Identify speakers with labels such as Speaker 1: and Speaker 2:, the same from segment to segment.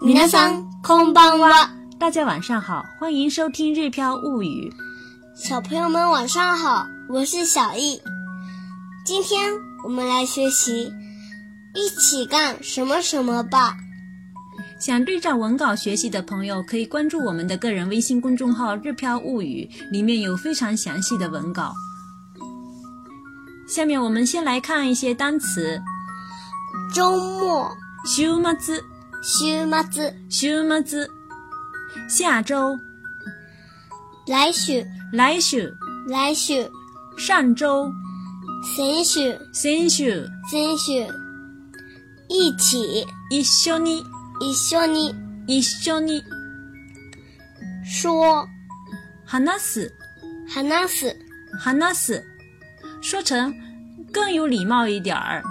Speaker 1: 皆さんこんばんは，
Speaker 2: 大家晚上好，欢迎收听《日飘物语》。
Speaker 1: 小朋友们晚上好，我是小易。今天我们来学习一起干什么什么吧。
Speaker 2: 想对照文稿学习的朋友，可以关注我们的个人微信公众号“日飘物语”，里面有非常详细的文稿。下面我们先来看一些单词：
Speaker 1: 周末、
Speaker 2: 週末、
Speaker 1: 週末、
Speaker 2: 週末、下周、
Speaker 1: 来週、
Speaker 2: 来週、
Speaker 1: 来週、
Speaker 2: 上周、
Speaker 1: 先週、
Speaker 2: 先週、
Speaker 1: 先週。一起、
Speaker 2: 一緒に、
Speaker 1: 一緒に、
Speaker 2: 一緒に、
Speaker 1: 说、
Speaker 2: 話す、
Speaker 1: 話す、
Speaker 2: 話す，说成更有礼貌一点儿，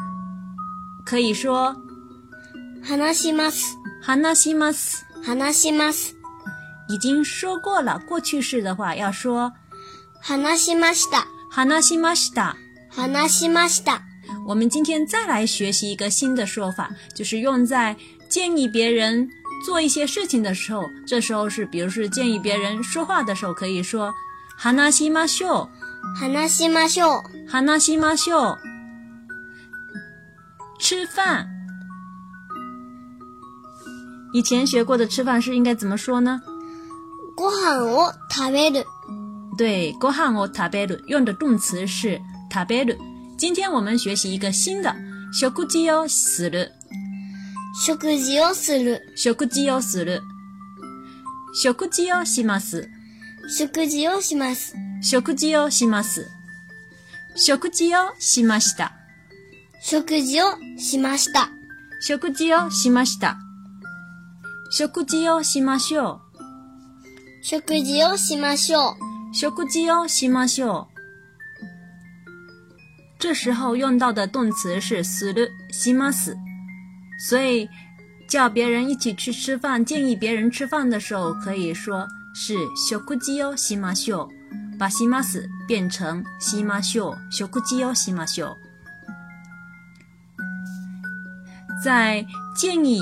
Speaker 2: 可以说
Speaker 1: 話します、
Speaker 2: 話します。
Speaker 1: 話します、
Speaker 2: 已经说过了，过去式的话要说
Speaker 1: 話しました、
Speaker 2: 話しました。
Speaker 1: 話しました。
Speaker 2: 我们今天再来学习一个新的说法，就是用在建议别人做一些事情的时候，这时候是，比如是建议别人说话的时候，可以说話しましょう。
Speaker 1: 話しましょう。
Speaker 2: 話しましょう。吃饭，以前学过的吃饭是应该怎么说呢？
Speaker 1: ご飯を食べる、
Speaker 2: 对，ご飯を食べる用的动词是食べる。今天我们学习一个新的，食事をする。
Speaker 1: 食事をする、
Speaker 2: 食事をする。食事をします。
Speaker 1: 食事をします、
Speaker 2: 食事をします。食事をしました。
Speaker 1: 食事をしました、
Speaker 2: 食事をしました。食事をしましょ
Speaker 1: 食事をしましょう、
Speaker 2: う。食事をしましょう。哦这时候用到的动词是する、します。所以叫别人一起去吃饭，建议别人吃饭的时候，可以说是哦食事をしましょう，把します变成しましょう，食事をしましょう。在建议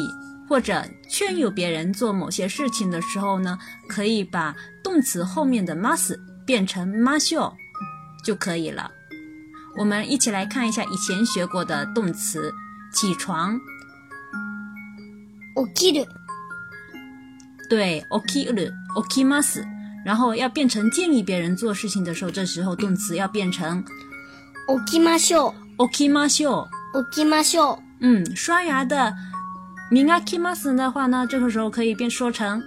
Speaker 2: 或者劝诱别人做某些事情的时候呢，可以把动词后面的 mas 变成 masho 就可以了。我们一起来看一下以前学过的动词：起床。
Speaker 1: 起きる、
Speaker 2: 对起きる、起きます。然后要变成建议别人做事情的时候，这时候动词要变成
Speaker 1: 起きましょ
Speaker 2: 起きましょう。
Speaker 1: う、起きましょう、
Speaker 2: 嗯，刷牙的磨きます的话呢，这个时候可以变说成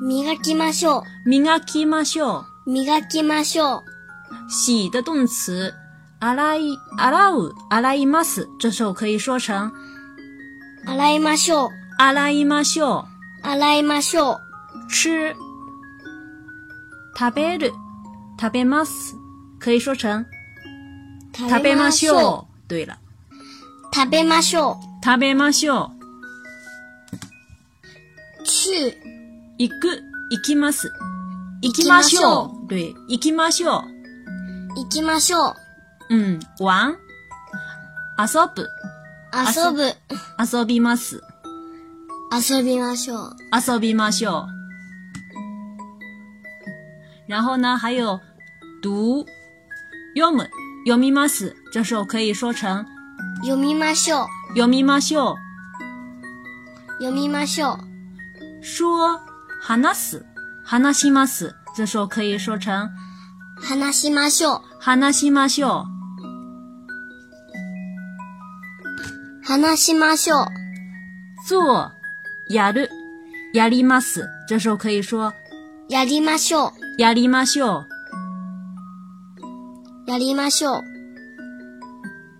Speaker 1: 磨きましょ
Speaker 2: 磨きましょう。
Speaker 1: う、磨きましょう、
Speaker 2: 洗的动词洗い、洗う、洗います。这时候可以说成
Speaker 1: 洗いましょう、
Speaker 2: 洗いましょう。
Speaker 1: 洗いましょう、
Speaker 2: 吃、食べる、食べます。可以说成食べましょう。对了。
Speaker 1: う、食べましょ
Speaker 2: 食べましょう。
Speaker 1: う、去、
Speaker 2: 行く、行きます。行
Speaker 1: き
Speaker 2: き
Speaker 1: ま
Speaker 2: ま
Speaker 1: し
Speaker 2: し
Speaker 1: ょ
Speaker 2: ょ
Speaker 1: う
Speaker 2: う。对，行きましょう。
Speaker 1: 行きましょう、
Speaker 2: 嗯，玩。遊ぶ、
Speaker 1: 遊ぶ、
Speaker 2: 遊びます。
Speaker 1: 遊びましょう、
Speaker 2: 遊びましょう。然后呢，还有读、読む、読みます。这时候可以说成
Speaker 1: 読みましょう、
Speaker 2: 読みましょう。
Speaker 1: 読みましょう、
Speaker 2: 说、話す、話します。这时候可以说成
Speaker 1: 話しましょう、
Speaker 2: 話しましょう。
Speaker 1: 話しましょう、
Speaker 2: 做、やる、やります。这时候可以说
Speaker 1: やりましょう、
Speaker 2: やりましょう。
Speaker 1: やりましょう、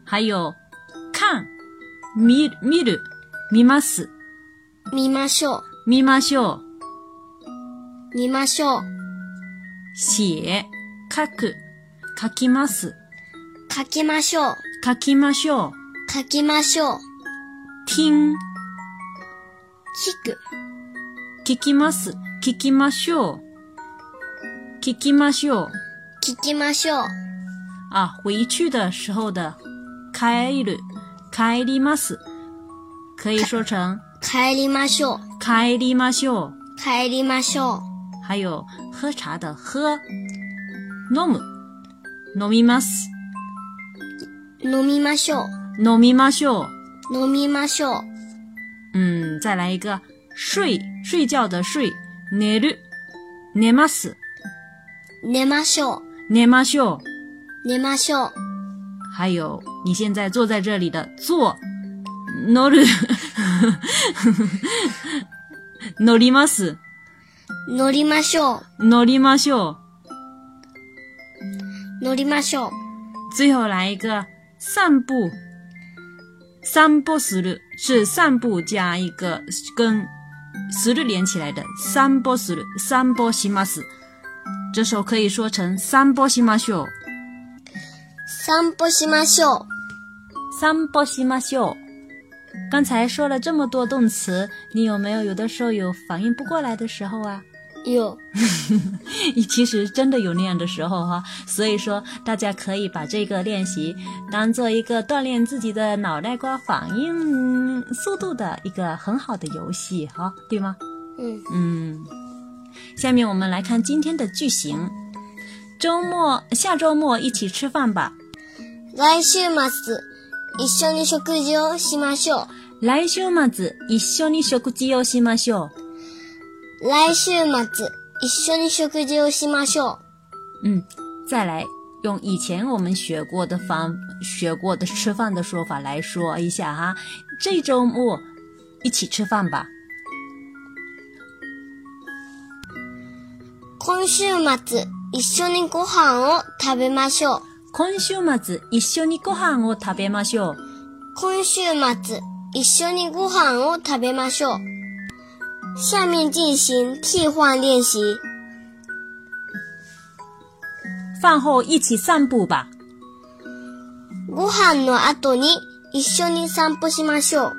Speaker 2: 还有看、見る、見る、見ます。
Speaker 1: 見ましょう、
Speaker 2: 見ましょう。
Speaker 1: 見ましょう、
Speaker 2: 写、書く、書きます。
Speaker 1: 書きましょう、
Speaker 2: 書きましょう。
Speaker 1: 書きましょう、聞
Speaker 2: 听、
Speaker 1: く、
Speaker 2: 聞きます。聞きましょう。聞きましょう。
Speaker 1: 聞きましょう、
Speaker 2: 啊，回去的时候的帰る、帰ります。可以说成
Speaker 1: 帰りましょう、
Speaker 2: 帰开りましょう。
Speaker 1: 帰りましょ
Speaker 2: 还有喝茶的喝，飲む、飲みます、
Speaker 1: う。飲みましょ
Speaker 2: 飲みましょう。
Speaker 1: う。飲みましょう。
Speaker 2: 嗯，再来一个睡，睡觉的睡，寝る、寝ます、
Speaker 1: 寝ましょう。
Speaker 2: 寝ましょう。
Speaker 1: 寝ましょう。
Speaker 2: 还有你现在坐在这里的坐，乗 る、乗ります、
Speaker 1: 乗りましょう。
Speaker 2: 乗りましょう。
Speaker 1: 乗りましょう。
Speaker 2: 最后来一个散步，散步する是散步加一个跟する连起来的散歩する散歩します。这时候可以说成散歩しましょう，
Speaker 1: 散歩しましょう。
Speaker 2: 散歩しましょう。刚才说了这么多动词，你有没有有的时候有反应不过来的时候啊？
Speaker 1: 有
Speaker 2: 其实真的有那样的时候哈、所以说大家可以把这个练习当做一个锻炼自己的脑袋瓜反应速度的一个很好的游戏哈、对吗？
Speaker 1: 嗯，
Speaker 2: 嗯，下面我们来看今天的句型。周末，下周末一起吃饭吧。
Speaker 1: 来週末、一緒に食事をしましょ
Speaker 2: 来週末一緒に食事をしましょ
Speaker 1: う。
Speaker 2: う。
Speaker 1: 来週末、一緒に食事をしましょ
Speaker 2: 嗯，再来用以前我们学过的方学过的吃饭的说法来说一下哈。这周末一起吃饭吧。
Speaker 1: う。今週末、一緒にご飯を食べましょう。
Speaker 2: 今週末一緒にご飯を食べましょう。
Speaker 1: 今週末、一緒にご飯を食べましょう。下面进行替换练习。
Speaker 2: 饭后一起散步吧。
Speaker 1: ご飯の後に一緒に散歩しましょう。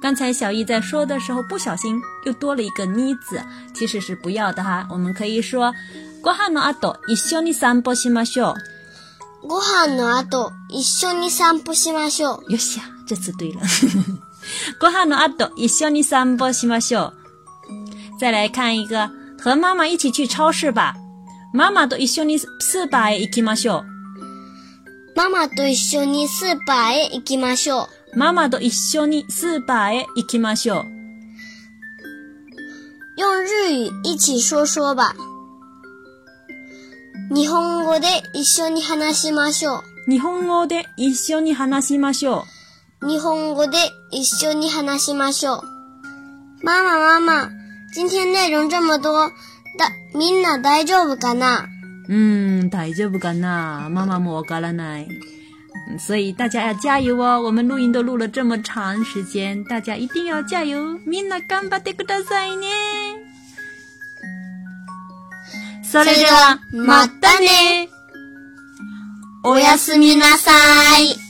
Speaker 2: 刚才小易在说的时候，不小心又多了一个呢字，其实是不要的哈。我们可以说，ご飯の後一緒に散歩しましょう。
Speaker 1: ご飯の後、一緒に散歩しましょう。
Speaker 2: よっしゃ，这次对了。 ご飯の後一緒に散歩しましょう。再来看一个，和妈妈一起去超市吧。ママと一緒にスーパーへ行きましょう。
Speaker 1: ママと一緒にスーパーへ行きましょう。
Speaker 2: ママと一緒にスーパーへ行きましょう。
Speaker 1: 用日语一起说说吧。日本語で一緒に話しましょ
Speaker 2: 日本語で一緒に話しましょ
Speaker 1: う。日本語で一緒に話しましょう。ママママ、今天内容这么多、だ、みんな大丈夫かな
Speaker 2: う。うーん、大丈夫かなママもわからない。所以大家要加油哦！我们录音都录了这么长时间，大家一定要加油！みんな頑張ってくださいね。それでは、
Speaker 1: またね。
Speaker 2: おやすみ。
Speaker 1: みなさい。